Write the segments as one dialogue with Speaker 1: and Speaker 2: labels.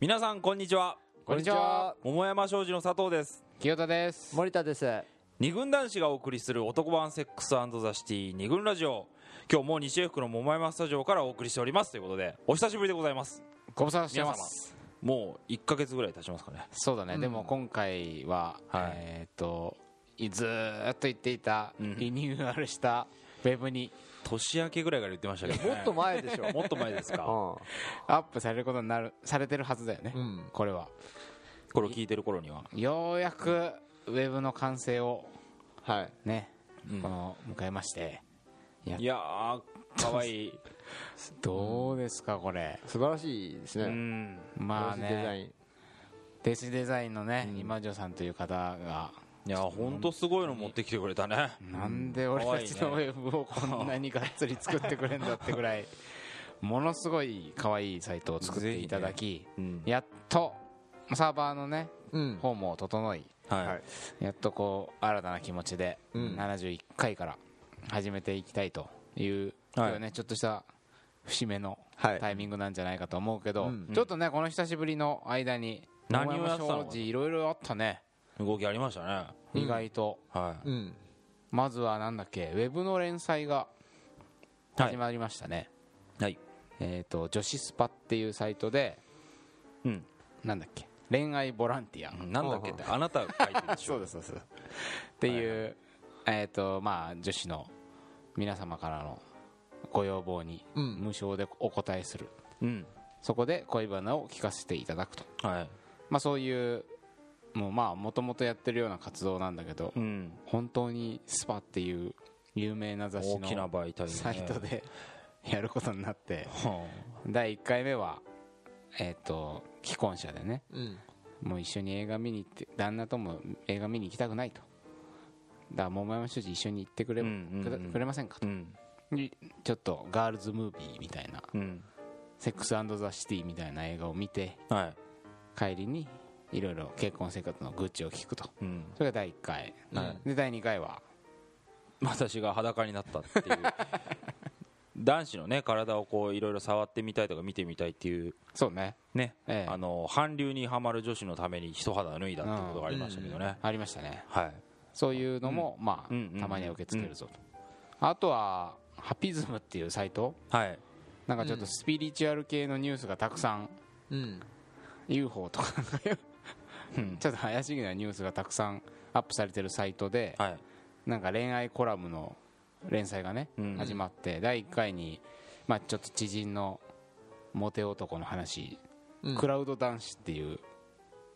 Speaker 1: 皆さんこんにちは
Speaker 2: こんにちは。
Speaker 1: 桃山商事の佐藤です
Speaker 2: 清田です。
Speaker 3: 森田です
Speaker 1: 二軍男子がお送りする男版セックスザシティ二軍ラジオ今日も西江福の桃山スタジオからお送りしておりますということでお久しぶりでございます
Speaker 2: ご無沙汰してま
Speaker 1: 皆
Speaker 2: す。
Speaker 1: もう1か月ぐらい経ちますかね
Speaker 2: そうだね。でも今回は、
Speaker 1: はい
Speaker 2: えーっと、いずーっと言っていた、
Speaker 1: ん
Speaker 2: リニューアルしたウェブに
Speaker 1: 年明けぐらいから言ってましたけどね、
Speaker 3: もっと前でしょ
Speaker 1: もっと前 ですか
Speaker 3: う
Speaker 2: アップされることになる、されてるはずだよね。
Speaker 3: ん
Speaker 2: これは。
Speaker 1: これを聞いてる頃には
Speaker 2: ようやく、ウェブの完成を
Speaker 3: んはい
Speaker 2: ね、この、迎えまして。
Speaker 1: いやーかわ いい
Speaker 2: どうですか、これ。
Speaker 3: 素晴らしいですね、
Speaker 1: うん
Speaker 2: まあ
Speaker 3: 素晴らし
Speaker 2: ね、
Speaker 3: いデザイン
Speaker 2: デスデザインのね、今城さんという方が、
Speaker 1: いや本当すごいの持ってきてくれたね
Speaker 2: なんで俺たちの
Speaker 1: 可
Speaker 2: ウ
Speaker 1: 愛
Speaker 2: ェブをこんなにがっつり作ってくれんだってぐらいものすごい可愛いサイトを作っていただき
Speaker 1: うん
Speaker 2: やっとサーバーのね
Speaker 3: うん
Speaker 2: 方も整い
Speaker 1: はい、
Speaker 3: はい
Speaker 2: やっとこう新たな気持ちで
Speaker 3: ん
Speaker 2: 71回から始めていきたいという
Speaker 1: はい
Speaker 2: これねちょっとした節目の
Speaker 3: はい
Speaker 2: タイミングなんじゃないかと思うけど
Speaker 3: うん
Speaker 2: ちょっとねこの久しぶりの間に
Speaker 1: 何をやってたの
Speaker 2: 桃山商事いろいろあったね
Speaker 1: 動きありましたね
Speaker 2: 意外と
Speaker 1: は
Speaker 3: うん
Speaker 2: まずはなんだっけウェブの連載が
Speaker 1: いは
Speaker 2: 始
Speaker 1: い、
Speaker 2: まりましたね、
Speaker 1: はい
Speaker 2: えっ、と女子スパっていうサイトで
Speaker 1: うん、
Speaker 2: なんだっけ恋愛ボランティア、
Speaker 1: なんだっけってあなたが書いてるでしょ
Speaker 2: ですそうですっていう、えっ、とまあ女子の皆様からのご要望に
Speaker 3: うん
Speaker 2: 無償でお答えする、
Speaker 1: うん
Speaker 2: そこで恋バナを聞かせていただくと
Speaker 1: はい
Speaker 2: まあそういうもうまあもともとやってるような活動なんだけど、
Speaker 1: うん
Speaker 2: 本当にスパっていう有名な雑誌
Speaker 1: 大きな
Speaker 2: の
Speaker 1: 媒体でね
Speaker 2: サイト でやることになって
Speaker 1: は
Speaker 2: 第1回目はえっ、と既婚者でね
Speaker 3: うん
Speaker 2: もう一緒に映画見に行って旦那とも映画見に行きたくないとだから桃山主人一緒に行ってくれ,、
Speaker 1: うんうんうん
Speaker 2: くだくれませんか
Speaker 1: あう
Speaker 2: と、
Speaker 1: ん
Speaker 2: ちょっとガールズムービーみたいな
Speaker 1: うん
Speaker 2: セックスザ・シティみたいな映画を見て
Speaker 1: はい
Speaker 2: 帰りにいろいろ結婚生活の愚痴を聞くと
Speaker 1: うん
Speaker 2: それが第1回、
Speaker 3: はい
Speaker 2: で第2回は
Speaker 1: 私が裸になったっていう 男子のね体をこういろいろ触ってみたいとか見てみたいっていう
Speaker 2: そうね
Speaker 1: ね、
Speaker 2: ええ
Speaker 1: あの韓流にはまる女子のために一肌脱いだっていうことがありましたけどね、
Speaker 2: ありましたね
Speaker 1: はい
Speaker 2: そういうのも、まあ、
Speaker 1: うんうんうん
Speaker 2: たまには受け付けるぞと、あとはハピズムっていうサイト
Speaker 1: はい
Speaker 2: なんかちょっとスピリチュアル系のニュースがたくさん
Speaker 3: うん
Speaker 2: UFO とかなんかよちょっと怪しげなニュースがたくさんアップされてるサイトで
Speaker 1: はい
Speaker 2: なんか恋愛コラムの連載がね、
Speaker 1: うん
Speaker 2: 始まって第1回に、まあ、ちょっと知人のモテ男の話、
Speaker 3: うん
Speaker 2: クラウド男子っていう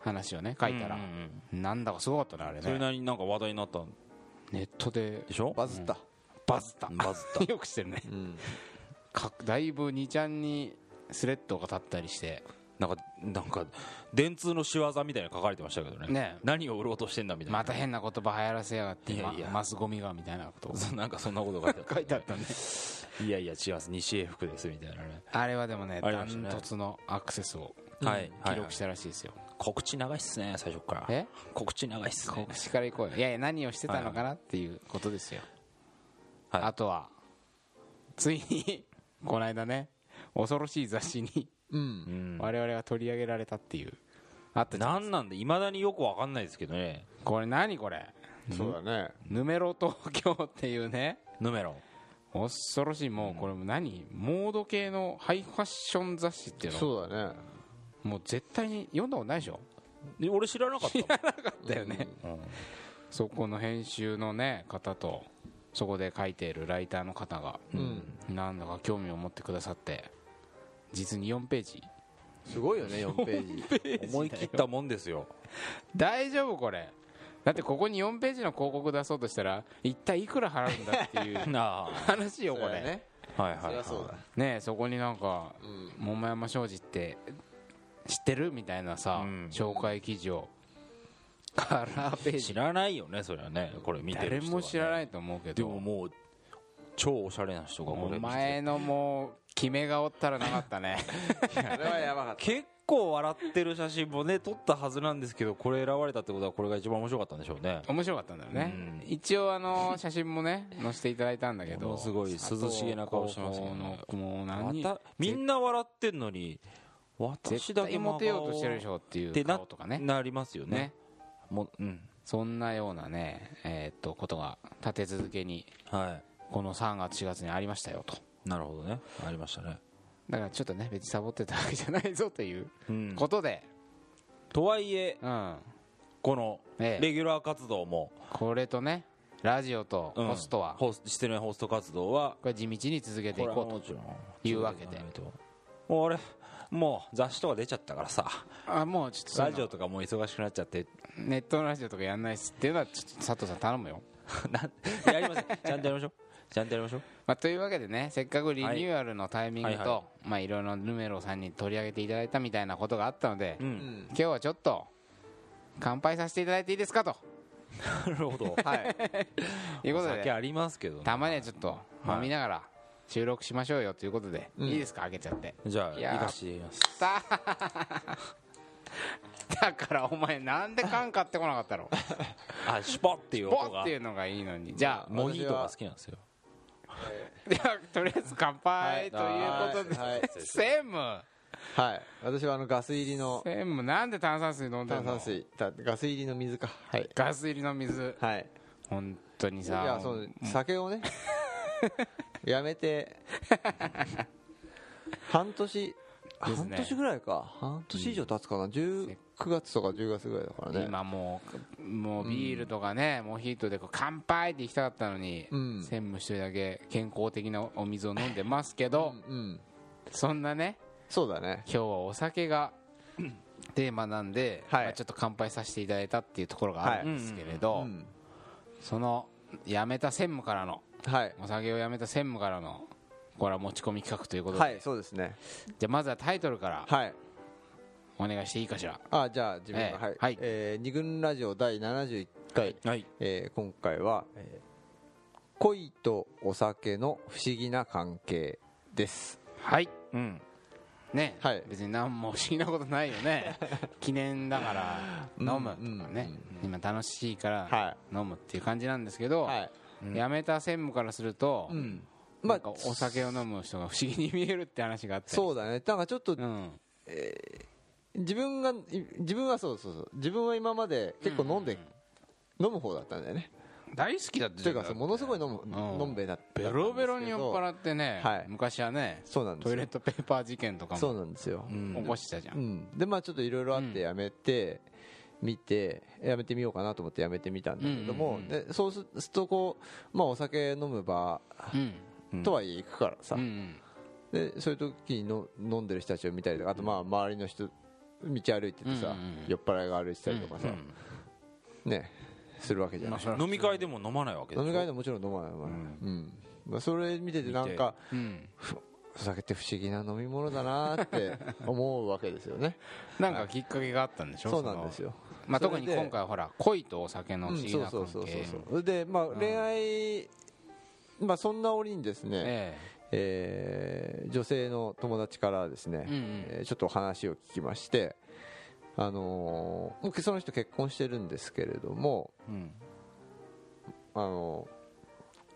Speaker 2: 話をね書いたら、
Speaker 1: うんうんうん
Speaker 2: なんだかすごかったなあれ
Speaker 1: それ
Speaker 2: ね
Speaker 1: なりになんか話題になったん
Speaker 2: ネットで
Speaker 1: でしょ
Speaker 3: バズった
Speaker 2: バズった
Speaker 1: バズった
Speaker 2: よくしてるね
Speaker 3: うん
Speaker 2: かだいぶ2ちゃんにスレッドが立ったりして
Speaker 1: なんかなんか電通の仕業みたいなの書かれてましたけどね
Speaker 2: ね
Speaker 1: 何を売ろうとしてんだみたいな
Speaker 2: また変な言葉流行らせやがって
Speaker 1: いやいや
Speaker 2: まマスゴミがみたいなことを
Speaker 1: そうなんかそんなこと書いてあった
Speaker 2: 書いてあったね
Speaker 1: いやいや違います西英福ですみたいなね、
Speaker 2: あれはでもね
Speaker 1: あり
Speaker 2: ダ
Speaker 1: ましたね
Speaker 2: ントツのアクセスを
Speaker 1: はい
Speaker 2: 記録したらしいですよ
Speaker 1: 告知長いっすね最初から
Speaker 2: え
Speaker 1: 告知長いっすね
Speaker 2: 告知からいこうよいやいや何をしてたのかなっていうことですよ
Speaker 1: はい
Speaker 2: あとはついにこの間ね恐ろしい雑誌に
Speaker 3: うん
Speaker 2: 我々が取り上げられたっていうあったじゃん
Speaker 1: 何なんでいまだによくわかんないですけどね
Speaker 2: これ何これ
Speaker 3: そうだね
Speaker 2: ヌメロ東京っていうね
Speaker 1: ヌメロ
Speaker 2: 恐ろしいもうこれも何モード系のハイファッション雑誌っていうの
Speaker 3: そうだね
Speaker 2: もう絶対に読んだことないでしょ
Speaker 1: で俺知らなかったもん
Speaker 2: だよね、そこの編集のね方とそこで書いているライターの方が、なんだか興味を持ってくださって実に4ページ
Speaker 3: すごいよね4ページ
Speaker 1: 思い切ったもんです よ
Speaker 2: 大丈夫これだってここに4ページの広告出そうとしたら一体いくら払うんだっていう
Speaker 1: な
Speaker 2: 話よ
Speaker 3: そ
Speaker 2: こ
Speaker 3: うだ
Speaker 2: れね
Speaker 3: ね
Speaker 1: あはい
Speaker 3: そ
Speaker 1: はい、
Speaker 3: り
Speaker 1: は
Speaker 3: ゃ
Speaker 1: い、
Speaker 3: そうだ
Speaker 2: えそこになんか「桃山商事って知ってる?」みたいなさ、
Speaker 1: うん
Speaker 2: 紹介記事をカラーペー
Speaker 1: 知
Speaker 2: ジ
Speaker 1: らないよねそれはねこれ見てる
Speaker 2: 誰
Speaker 1: 人、ね、
Speaker 2: も知らないいと思うけ
Speaker 1: で
Speaker 2: ど
Speaker 1: ももう超おしゃれな人がこ
Speaker 2: お
Speaker 1: れ見て
Speaker 2: 前のもう決め顔ったらなかっ たね
Speaker 3: あれはやばかっ
Speaker 1: 結構笑ってる写真もね撮ったはずなんですけどこれ選ばれたってことはこれが一番面白かったんでしょうね
Speaker 2: 面白かったんだよね
Speaker 1: うん
Speaker 2: 一応あの写真もね載せていただいたんだけ
Speaker 1: も
Speaker 2: ど
Speaker 1: のすごい涼しげな顔してますよね
Speaker 2: 佐藤候補のもう何
Speaker 1: またみんな笑ってんのに私
Speaker 2: 絶
Speaker 1: だけ
Speaker 2: 対
Speaker 1: 真顔
Speaker 2: モテようとしてるでしょってい
Speaker 1: って
Speaker 2: う
Speaker 1: な
Speaker 2: 顔とかね
Speaker 1: なりますよね
Speaker 2: ね
Speaker 1: もううん
Speaker 2: そんなようなねえーっとことが立て続けに
Speaker 1: は
Speaker 2: この3月4月にありましたよと
Speaker 1: いなるほどねありましたね
Speaker 2: だからちょっとね別にサボってたわけじゃないぞという
Speaker 1: うん
Speaker 2: ことで
Speaker 1: とはいえ
Speaker 2: うん
Speaker 1: この
Speaker 2: ええ
Speaker 1: レギュラー活動も、
Speaker 2: これとねラジオと
Speaker 1: うん
Speaker 2: ホストはこ
Speaker 1: ホスしてないホスト活動は
Speaker 2: れ地道に続けてい
Speaker 1: これは
Speaker 2: こ
Speaker 1: も
Speaker 2: う
Speaker 1: ちろん
Speaker 2: というわけで
Speaker 1: もう俺もう雑誌とか出ちゃったからさ
Speaker 2: あもうちょっとそ
Speaker 1: ラ
Speaker 2: ういうの
Speaker 1: ジオとかもう忙しくなっちゃ って
Speaker 2: ネットのラジオとかやんないっすっていうのはちょっと佐藤さん頼むよ、
Speaker 1: やりますちゃんとやりましょうちゃんとやりましょう
Speaker 2: まあ、というわけでねせっかくリニューアルのタイミングと、
Speaker 1: はいいは
Speaker 2: まあ、いろいろヌメロさんに取り上げていただいたみたいなことがあったので、
Speaker 1: う
Speaker 3: うんん
Speaker 2: 今日はちょっと乾杯させていただいていいですかと
Speaker 1: なるほど
Speaker 3: はい
Speaker 2: いうこと
Speaker 1: 酒
Speaker 2: で
Speaker 1: ありますけどね
Speaker 2: たまにはちょっと飲みながら収録しましょうよということで、
Speaker 3: うん
Speaker 2: いいですか開けちゃって
Speaker 1: じゃあ
Speaker 2: いやー
Speaker 1: 行かしていただきます
Speaker 2: さあだからお前なんで缶買ってこなか ったの
Speaker 1: あシュポッっていう
Speaker 2: ポ
Speaker 1: 音
Speaker 2: ッっ
Speaker 1: が
Speaker 2: ていうのがいいのにじゃ
Speaker 1: モヒートが好きなんですよ
Speaker 2: あではとりあえず乾杯ということで、
Speaker 3: はい
Speaker 2: 専務
Speaker 3: はい私はあのガス入りの
Speaker 2: 専務なんで炭酸水飲んでんの
Speaker 3: 炭酸水たガス入りの水かはい
Speaker 2: ガス入りの水
Speaker 3: はい
Speaker 2: 本当に
Speaker 3: い
Speaker 2: さ
Speaker 3: やそう酒をねやめて半年
Speaker 2: す
Speaker 3: 半
Speaker 2: ね
Speaker 3: 年ぐらいか半年以上経つかな19月とか10月ぐらいだからね
Speaker 2: 今もうもうビールとかね、モヒートでこう乾杯って行きたかったのに、
Speaker 3: うん
Speaker 2: 専務一人だけ健康的なお水を飲んでますけど、
Speaker 3: うん
Speaker 2: そんなね
Speaker 3: そうだね
Speaker 2: 今日はお酒がテーマなんで、
Speaker 3: はい
Speaker 2: まあちょっと乾杯させていただいたっていうところがあるんですけれど、
Speaker 3: うん
Speaker 2: その辞めた専務からの
Speaker 3: はい
Speaker 2: お酒を辞めた専務からのこれは持ち込み企画ということで、
Speaker 3: はいそうですね
Speaker 2: じゃあまずはタイトルから
Speaker 3: はい
Speaker 2: お願いしていいかしら
Speaker 3: あじゃあ自分
Speaker 2: え
Speaker 3: が
Speaker 2: え
Speaker 3: はい、
Speaker 2: はい
Speaker 3: えー二軍ラジオ第71回、
Speaker 1: はい
Speaker 3: えー今回は、えー恋とお酒の不思議な関係」です
Speaker 2: はい
Speaker 1: うん
Speaker 2: ね、
Speaker 3: はい
Speaker 2: 別に何も不思議なことないよ ね記念だから
Speaker 3: ん
Speaker 2: 飲むとかね、今楽しいから
Speaker 3: は
Speaker 2: 飲むっていう感じなんですけど、
Speaker 3: はい、
Speaker 2: 辞めた専務からすると、
Speaker 3: うん、ま
Speaker 2: な
Speaker 3: あ
Speaker 2: んかお酒を飲む人が不思議に見えるって話があって
Speaker 3: そうだねなんかちょっと、
Speaker 2: うん
Speaker 3: 自分がい自分はそうそうそう自分は今まで結構飲んで、飲む方だったんだよね
Speaker 2: 大好きだって
Speaker 3: というかそうものすごい飲む、
Speaker 2: ん
Speaker 3: 飲んべえだったんで
Speaker 2: ベ
Speaker 3: すけど
Speaker 2: ロベロに酔っ払ってね、
Speaker 3: はい
Speaker 2: 昔はね
Speaker 3: そうなんです
Speaker 2: ト
Speaker 3: よ
Speaker 2: イレットペーパー事件とか
Speaker 3: そう
Speaker 2: も
Speaker 3: なんですよ、
Speaker 2: 起こしてたじゃん、
Speaker 3: うん、でまあちょっといろいろあってやめて、見てやめてみようかなと思ってやめてみたんだけども、
Speaker 2: うんうん
Speaker 3: でそうするとこう、まあ、お酒飲む場
Speaker 2: うん
Speaker 3: とはいえ行くからさ、
Speaker 2: うんうん
Speaker 3: でそういう時にの飲んでる人たちを見たりとかあとまあ周りの人道歩いててさ、
Speaker 2: うんうんうん
Speaker 3: 酔っ払いが歩いてたりとかさ、ねするわけじゃない、
Speaker 1: 飲み会でも飲まないわけでしょ
Speaker 3: 飲み会でももちろん飲まない飲まない、うんまあ、それ見ててなんか
Speaker 2: うん
Speaker 3: お酒って不思議な飲み物だなって 思うわけですよね
Speaker 2: なんかきっかけがあったんでしょ
Speaker 3: そうなんですよ
Speaker 2: そのまあ、
Speaker 3: それ
Speaker 2: 特
Speaker 3: で
Speaker 2: に今回はほら恋とお酒の不
Speaker 3: う
Speaker 2: 思
Speaker 3: ん
Speaker 2: 議
Speaker 3: そう
Speaker 2: な
Speaker 3: そ
Speaker 2: 関
Speaker 3: うそうそう
Speaker 2: 係
Speaker 3: そうそれでまあ恋愛、まあそんな折にですね、
Speaker 2: え
Speaker 3: えー女性の友達からですね、
Speaker 2: うんうん
Speaker 3: えーちょっとお話を聞きましてあのー僕その人結婚してるんですけれども
Speaker 1: うん
Speaker 3: あのー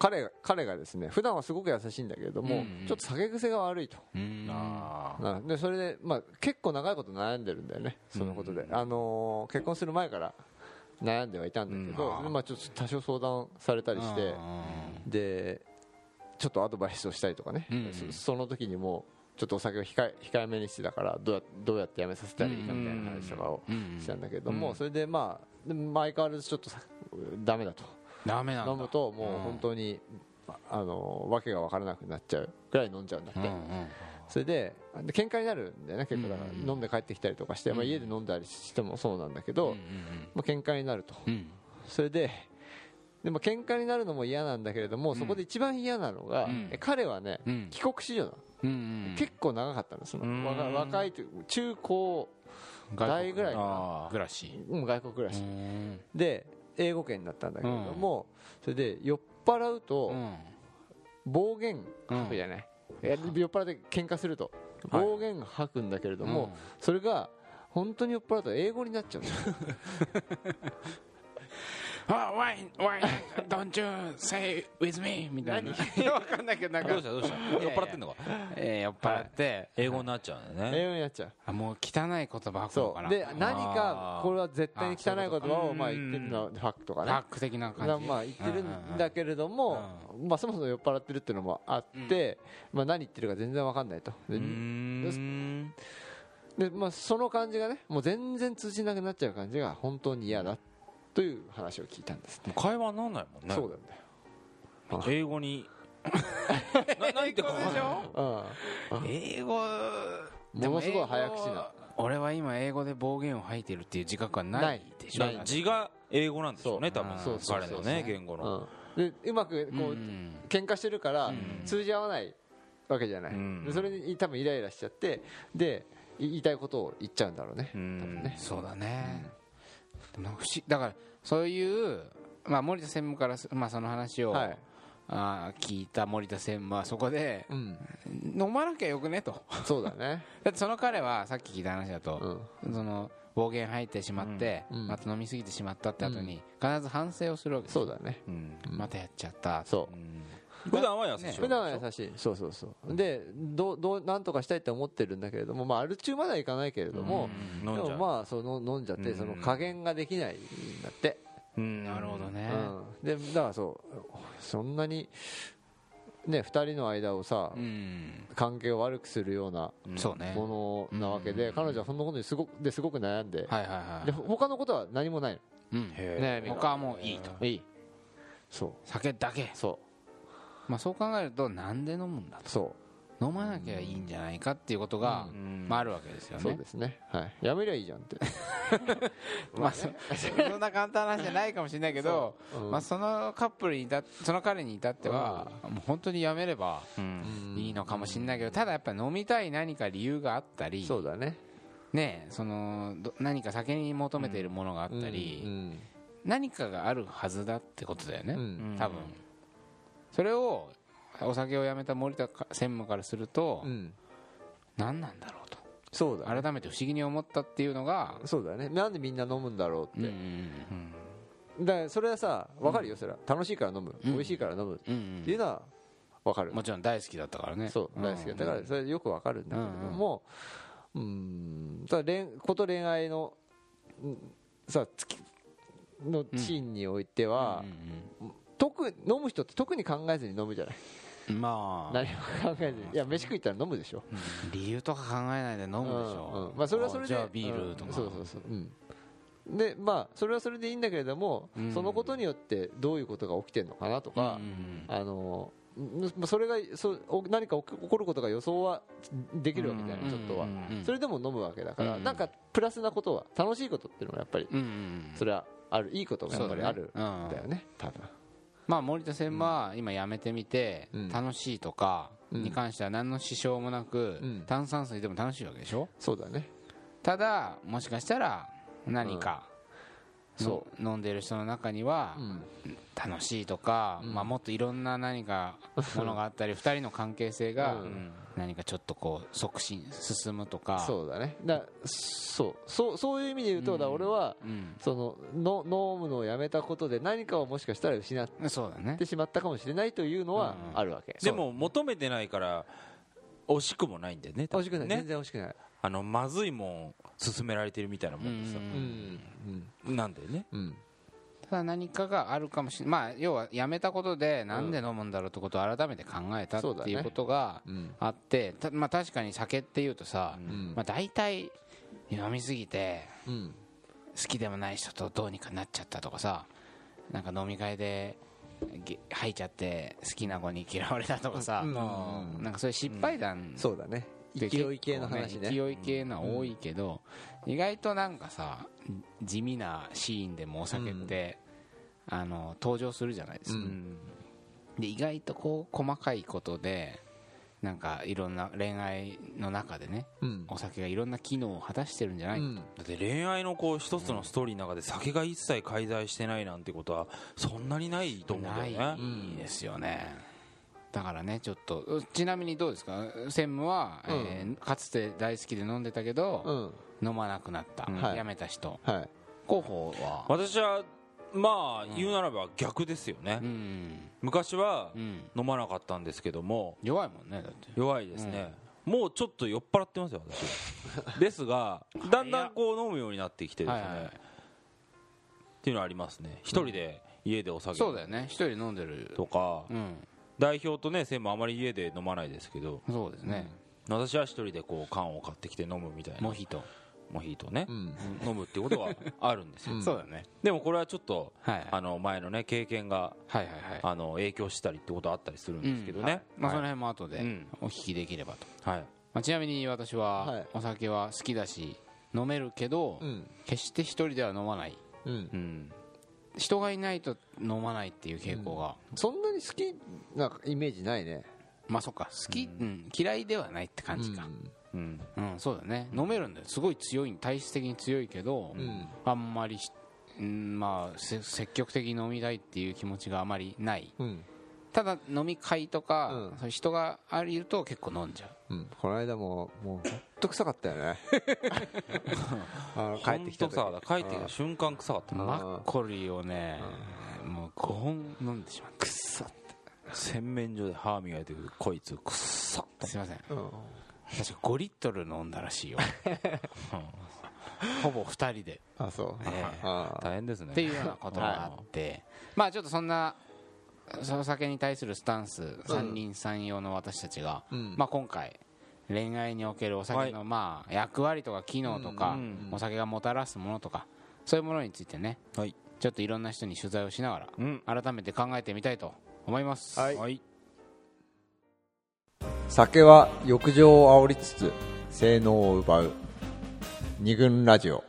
Speaker 3: 彼が彼がですね普段はすごく優しいんだけれど
Speaker 2: う
Speaker 3: も、
Speaker 2: んうん
Speaker 3: ちょっと酒癖が悪いと
Speaker 2: えうん
Speaker 1: あー
Speaker 3: うんでそれで、まあ、結構長いこと悩んでるんだよねそのことで、あのー結婚する前から悩んではいたんだけど、
Speaker 2: うん
Speaker 3: でまあ、ちょっと多少相談されたりしてでちょっとアドバイスをしたりとかね、
Speaker 2: うんうん
Speaker 3: そその時にもうちょっとお酒を控え控えめにしてたからどうやどうやってやめさせたらいいかみたいな話とかを
Speaker 2: うんうん
Speaker 3: したんだけども、それでまあでも相変わらずちょっとさダメだと
Speaker 2: ダメなんだ
Speaker 3: 飲むともう本当に、あのーわけが分からなくなっちゃうぐらい飲んじゃうんだって。
Speaker 2: うんうん
Speaker 3: それであで喧嘩になるんだよね結構だから、
Speaker 2: うんうん
Speaker 3: 飲んで帰ってきたりとかして、まあ、家で飲んだりしてもそうなんだけ
Speaker 2: う
Speaker 3: ど、
Speaker 2: ん
Speaker 3: まあ、喧嘩になると
Speaker 2: うんうん
Speaker 3: それででも喧嘩になるのも嫌なんだけれども、そこで一番嫌なのが、
Speaker 2: うん
Speaker 3: え彼はね、
Speaker 2: うん
Speaker 3: 帰国子女なの、
Speaker 2: うんうん
Speaker 3: 結構長かったんですよ
Speaker 1: うん
Speaker 3: 若若いという中高大ぐらいかな
Speaker 1: あ
Speaker 2: 暮らし
Speaker 3: うん外国暮ら
Speaker 2: う
Speaker 3: し、
Speaker 2: ん
Speaker 3: で英語圏だったんだけれども、それで酔っ払うと、
Speaker 2: うん
Speaker 3: 暴言吐くじゃない、え酔っ払って喧嘩すると
Speaker 1: はい
Speaker 3: 暴言吐くんだけれども、
Speaker 2: うん
Speaker 3: それが本当に酔っ払うと英語になっちゃうんだよ
Speaker 2: あワインワイン don't you say with me みたいなわかんないけどなんか
Speaker 1: どうしたどうした
Speaker 2: や
Speaker 1: 酔っ払ってんのか
Speaker 2: えー酔っ払って
Speaker 1: 英語になっちゃうんだよ
Speaker 3: 英
Speaker 1: ね
Speaker 3: 語になっちゃう
Speaker 2: あもう汚い言葉吐くの
Speaker 3: そ
Speaker 2: か
Speaker 3: う
Speaker 2: な
Speaker 3: で
Speaker 2: フ
Speaker 1: ー
Speaker 3: 何かこれは絶対に汚い言葉
Speaker 2: あーそういうこと
Speaker 3: を
Speaker 2: か
Speaker 3: まあ言ってるのはファックとかね
Speaker 2: ァック的な
Speaker 3: だ
Speaker 2: 感
Speaker 3: か
Speaker 2: じ
Speaker 3: らまあ言ってるんだけれども、まあ、そもそも酔っ払ってるっていうのもあって、まあ、何言ってるか全然わかんないとで
Speaker 1: うーん
Speaker 3: でまあ、その感じがねもう全然通じなくなっちゃう感じが本当に嫌だという話を聞いたんです、
Speaker 1: もう会話にならないもんね
Speaker 3: そうなんだよ
Speaker 1: 英語に ななんてことでしょ
Speaker 3: あ
Speaker 2: 英語
Speaker 3: あものすごい早口な
Speaker 2: 俺は今英語で暴言を吐いてるっていう自覚はな
Speaker 3: ないい
Speaker 2: でしょ
Speaker 3: ない
Speaker 1: 字が英語なんですよね
Speaker 2: そ
Speaker 1: 多
Speaker 2: う
Speaker 1: 分
Speaker 2: そう
Speaker 3: そう
Speaker 1: 彼
Speaker 3: そ
Speaker 1: の
Speaker 3: う
Speaker 1: ね言語の
Speaker 3: うん、でうまくこう、
Speaker 2: うん
Speaker 3: 喧嘩してるから通じ合わないわけじゃない、
Speaker 1: うん
Speaker 3: でそれに多分イライラしちゃってでい言いたいことを言っちゃうんだろうね、
Speaker 1: うん
Speaker 3: 多分ね
Speaker 2: そうだね、でもなんか不思だからそういう、まあ、森田専務からす、まあ、その話を、
Speaker 3: はい
Speaker 2: あー聞いた森田専務はそこで、
Speaker 3: うん、
Speaker 2: 飲まなきゃよくねと
Speaker 3: そうだ ね、
Speaker 2: だってその彼はさっき聞いた話だ
Speaker 3: う
Speaker 2: と、
Speaker 3: ん、
Speaker 2: その暴言吐いてしまって、
Speaker 3: うん
Speaker 2: また飲みすぎてしまったって後に必ず反省をするわけです
Speaker 3: そうだね
Speaker 1: うん
Speaker 2: またやっちゃった
Speaker 3: そう
Speaker 1: 普段は優しいでしょ
Speaker 3: 普段は優しいそうそうそうでどうどうなんとかしたいって思ってるんだけれどもまあアル中まではいかないけれども、
Speaker 1: うん飲
Speaker 3: で
Speaker 1: んじゃ
Speaker 3: も
Speaker 1: う
Speaker 3: まあその飲んじゃって
Speaker 1: うん
Speaker 3: その加減ができないんだって、
Speaker 1: うん
Speaker 2: なるほどね、
Speaker 3: うん、でだからそうそんなにね二人の間をさ、
Speaker 2: うん
Speaker 3: 関係を悪くするような
Speaker 2: そうね
Speaker 3: ものなわけで、
Speaker 2: うん
Speaker 3: 彼女はそんなことにすごくですごく悩んで,、
Speaker 2: はいはいは
Speaker 3: で他のことは何もない
Speaker 2: い、うん、
Speaker 1: へ
Speaker 3: 悩み
Speaker 2: 他
Speaker 3: が
Speaker 2: はもういいと
Speaker 3: のいいそう
Speaker 2: 酒だけ、
Speaker 3: そ
Speaker 2: まあ、そう考えるとなんで飲むんだ
Speaker 3: うそ
Speaker 2: と飲まなきゃいいんじゃないかっていうことが、
Speaker 1: うん
Speaker 2: まあ、あるわけですよ
Speaker 3: う
Speaker 2: ね
Speaker 3: そうですねはいやめりゃいいじゃ んって
Speaker 2: まあ、そそんな簡単な話じゃないかもしれないけど、
Speaker 3: うん
Speaker 2: まあ、そのカップルにいたその彼に至っては、もう本当にやめれば
Speaker 1: うん
Speaker 2: いいのかもしれないけど、ただやっぱ飲みたい何か理由があったり、
Speaker 3: そうだね
Speaker 2: ね、そのど何か酒に求めているものがあったり、
Speaker 3: うん
Speaker 2: 何かがあるはずだってことだよね、
Speaker 3: うん
Speaker 2: 多分それをお酒をやめた森田か専務からすると、
Speaker 3: うん
Speaker 2: 何なんだろうと
Speaker 3: そうだね
Speaker 2: 改めて不思議に思ったっていうのが、
Speaker 3: そうだねなんでみんな飲むんだろ
Speaker 2: う
Speaker 3: う
Speaker 2: ん
Speaker 3: っ
Speaker 2: う
Speaker 3: て、
Speaker 2: ん
Speaker 3: だからそれはさ分かるよそれは楽しいから飲む、
Speaker 2: うん
Speaker 3: 美味しいから飲むっ
Speaker 2: うん
Speaker 3: ていうのは分かる、
Speaker 2: もちろん大好きだったからね
Speaker 3: そう大好きだだからそれよく分かるんだけれどもうーんただ恋こと恋愛のうんさ付きのシーンにおいては、
Speaker 2: うんうん
Speaker 3: 特飲む人って特に考えずに飲むじゃない
Speaker 2: うんまあ
Speaker 3: 何も考えずにいや飯食いたら飲むでしょ
Speaker 2: 理由とか考えないで飲むでしょ
Speaker 3: うんまあそれはそれで
Speaker 2: じゃあビールと
Speaker 3: う
Speaker 2: か
Speaker 3: んそうそうそううんでまあそれはそれでいいんだけれども、
Speaker 2: うん
Speaker 3: そのことによってどういうことが起きてるのかなとか、
Speaker 2: うん
Speaker 3: あのんまあそれがそうお何か起こ起こることが予想はできるわけじゃない、
Speaker 2: うん
Speaker 3: ちょっとは、
Speaker 2: うん
Speaker 3: それでも飲むわけだから、
Speaker 2: うん
Speaker 3: なんかプラスなことは楽しいことっていうのがやっぱり、
Speaker 2: うんうん
Speaker 3: それはあるいいことがやっぱりある
Speaker 2: そうだねうん
Speaker 3: んだよね多分
Speaker 2: まあ森田専務は今やめてみて
Speaker 3: うん
Speaker 2: 楽しいとか
Speaker 3: うん
Speaker 2: に関しては何の支障もなく
Speaker 3: うん
Speaker 2: 炭酸水でも楽しいわけでしょ
Speaker 3: そうだね
Speaker 2: ただもしかしたら何か
Speaker 3: うん
Speaker 2: の飲んでる人の中には
Speaker 3: うん
Speaker 2: 楽しいとか
Speaker 3: うん
Speaker 2: まあもっといろんな何 かものがあったり二人の関係性が
Speaker 3: うん
Speaker 2: 何かちょっとこう促進進むとか
Speaker 3: そうだねだそうそうそういう意味で言うと、だから俺は
Speaker 2: うん
Speaker 3: そのの飲むのをやめたことで何かをもしかしたら失っ
Speaker 2: そうだね
Speaker 3: てしまったかもしれないというのはあるわけ、
Speaker 1: でも求めてないから惜しくもないんだよね
Speaker 3: 美
Speaker 1: 多分
Speaker 3: 味しくない、
Speaker 1: ね
Speaker 3: 全然美味しくない
Speaker 1: あのまずいもん勧められてるみたいなもんでさ
Speaker 2: うん
Speaker 3: うん
Speaker 1: なんだよね
Speaker 3: うん
Speaker 2: ただ何かがあるかもしれない、まあ、要はやめたことでなんで飲むんだろうってことを改めて考えたっ
Speaker 3: そうだ
Speaker 2: て
Speaker 3: ね
Speaker 2: いうことが
Speaker 3: うん
Speaker 2: あって、たまあ、確かに酒っていうとさ、
Speaker 3: うん
Speaker 2: まあ、大体飲みすぎて
Speaker 3: うん
Speaker 2: 好きでもない人とどうにかなっちゃったとかさなんか飲み会でげ吐いちゃって好きな子に嫌われたとかさ、
Speaker 3: うん
Speaker 2: なんかそういう失敗談
Speaker 3: そうだね
Speaker 2: で
Speaker 3: 勢い系の話ね
Speaker 2: 結構勢い系のは多いけど、意外となんかさ地味なシーンでもお酒って、あの登場するじゃないですか、
Speaker 1: うん
Speaker 2: で意外とこう細かいことでなんかいろんな恋愛の中でね
Speaker 3: うん
Speaker 2: お酒がいろんな機能を果たしてるんじゃない、
Speaker 3: うん
Speaker 1: だって恋愛のこう一つのストーリーの中で酒が一切介在してないなんてことはそんなにないと思うんだ
Speaker 2: ない
Speaker 1: よね
Speaker 2: ですよね、だからねちょっとうちなみにどうですか専務は、
Speaker 3: うん
Speaker 2: えーかつて大好きで飲んでたけど、
Speaker 3: うん
Speaker 2: 飲まなくなった、
Speaker 3: はい
Speaker 2: やめた人
Speaker 3: はい
Speaker 2: 候補は
Speaker 1: 私はまあ言うならば逆ですよね、
Speaker 2: うん
Speaker 1: 昔は
Speaker 2: うん
Speaker 1: 飲まなかったんですけども
Speaker 2: 弱いもんねだって
Speaker 1: 弱いですね、もうちょっと酔っ払ってますよ 私ですがだんだんこう飲むようになってきてですね、
Speaker 2: はいはいはい
Speaker 1: っていうのはありますね一人で家でお酒
Speaker 2: そうだよね一人飲んでる
Speaker 1: とか、
Speaker 2: うん
Speaker 1: 代表とね専務あまり家で飲まないですけど
Speaker 2: そうですね
Speaker 1: 私は一人でこう缶を買ってきて飲むみたいな
Speaker 2: モヒト
Speaker 1: モヒートね、
Speaker 3: うん
Speaker 1: 飲むってことはあるんですよ、
Speaker 3: うん
Speaker 2: そうだね
Speaker 1: でもこれはちょっと
Speaker 2: はい
Speaker 1: あの前のね経験が
Speaker 2: はいはいはい
Speaker 1: あの影響したりってことはあったりするんですけどね、
Speaker 2: うんまあその
Speaker 1: はい
Speaker 2: 辺も後で
Speaker 1: うん
Speaker 2: お聞きできればと
Speaker 1: はい
Speaker 2: まあちなみに私
Speaker 3: は
Speaker 2: はいお酒は好きだし飲めるけど
Speaker 3: うん
Speaker 2: 決して一人では飲まない
Speaker 3: うん
Speaker 1: うん
Speaker 2: 人がいないと飲まないっていう傾向が
Speaker 3: そんなに好きなイメージないね
Speaker 2: まあそっか好きうん嫌いではないって感じか
Speaker 1: うん
Speaker 2: うんそうだね飲めるんだよすごい強い体質的に強いけど
Speaker 3: うん
Speaker 2: あんまりしうんまあせ積極的に飲みたいっていう気持ちがあまりない
Speaker 3: うん
Speaker 2: ただ飲み会とか、
Speaker 3: うん
Speaker 2: そういう人があるいると結構飲んじゃう
Speaker 3: うんこの間ももうほんと臭かったよ ねあの帰ってきた
Speaker 1: ほんと
Speaker 3: 時
Speaker 1: さ帰ってきた瞬間臭かった
Speaker 3: ん
Speaker 1: もん
Speaker 2: マッコリをねもう5本飲んでしまっ
Speaker 3: くっさ
Speaker 1: 洗面所で歯磨いてるこいつくっそ
Speaker 2: たすいません
Speaker 3: うん
Speaker 2: 確か5リットル飲んだらしい ようんほぼ2人で
Speaker 3: あそう
Speaker 1: ね
Speaker 3: あ
Speaker 1: 大変ですね
Speaker 2: っていうようなことがあって、まあちょっとそんなお酒に対するスタンス三人三様の私たちが、
Speaker 3: うん
Speaker 2: まあ、今回恋愛におけるお酒のまあ役割とか機能とか、
Speaker 1: うんうん
Speaker 2: お酒がもたらすものとかそういうものについてね
Speaker 1: はい
Speaker 2: ちょっといろんな人に取材をしなが
Speaker 1: うん
Speaker 2: ら改めて考えてみたいと思います、
Speaker 3: はい
Speaker 1: はい
Speaker 3: 酒は欲情を煽りつつ性能を奪う二軍ラジオ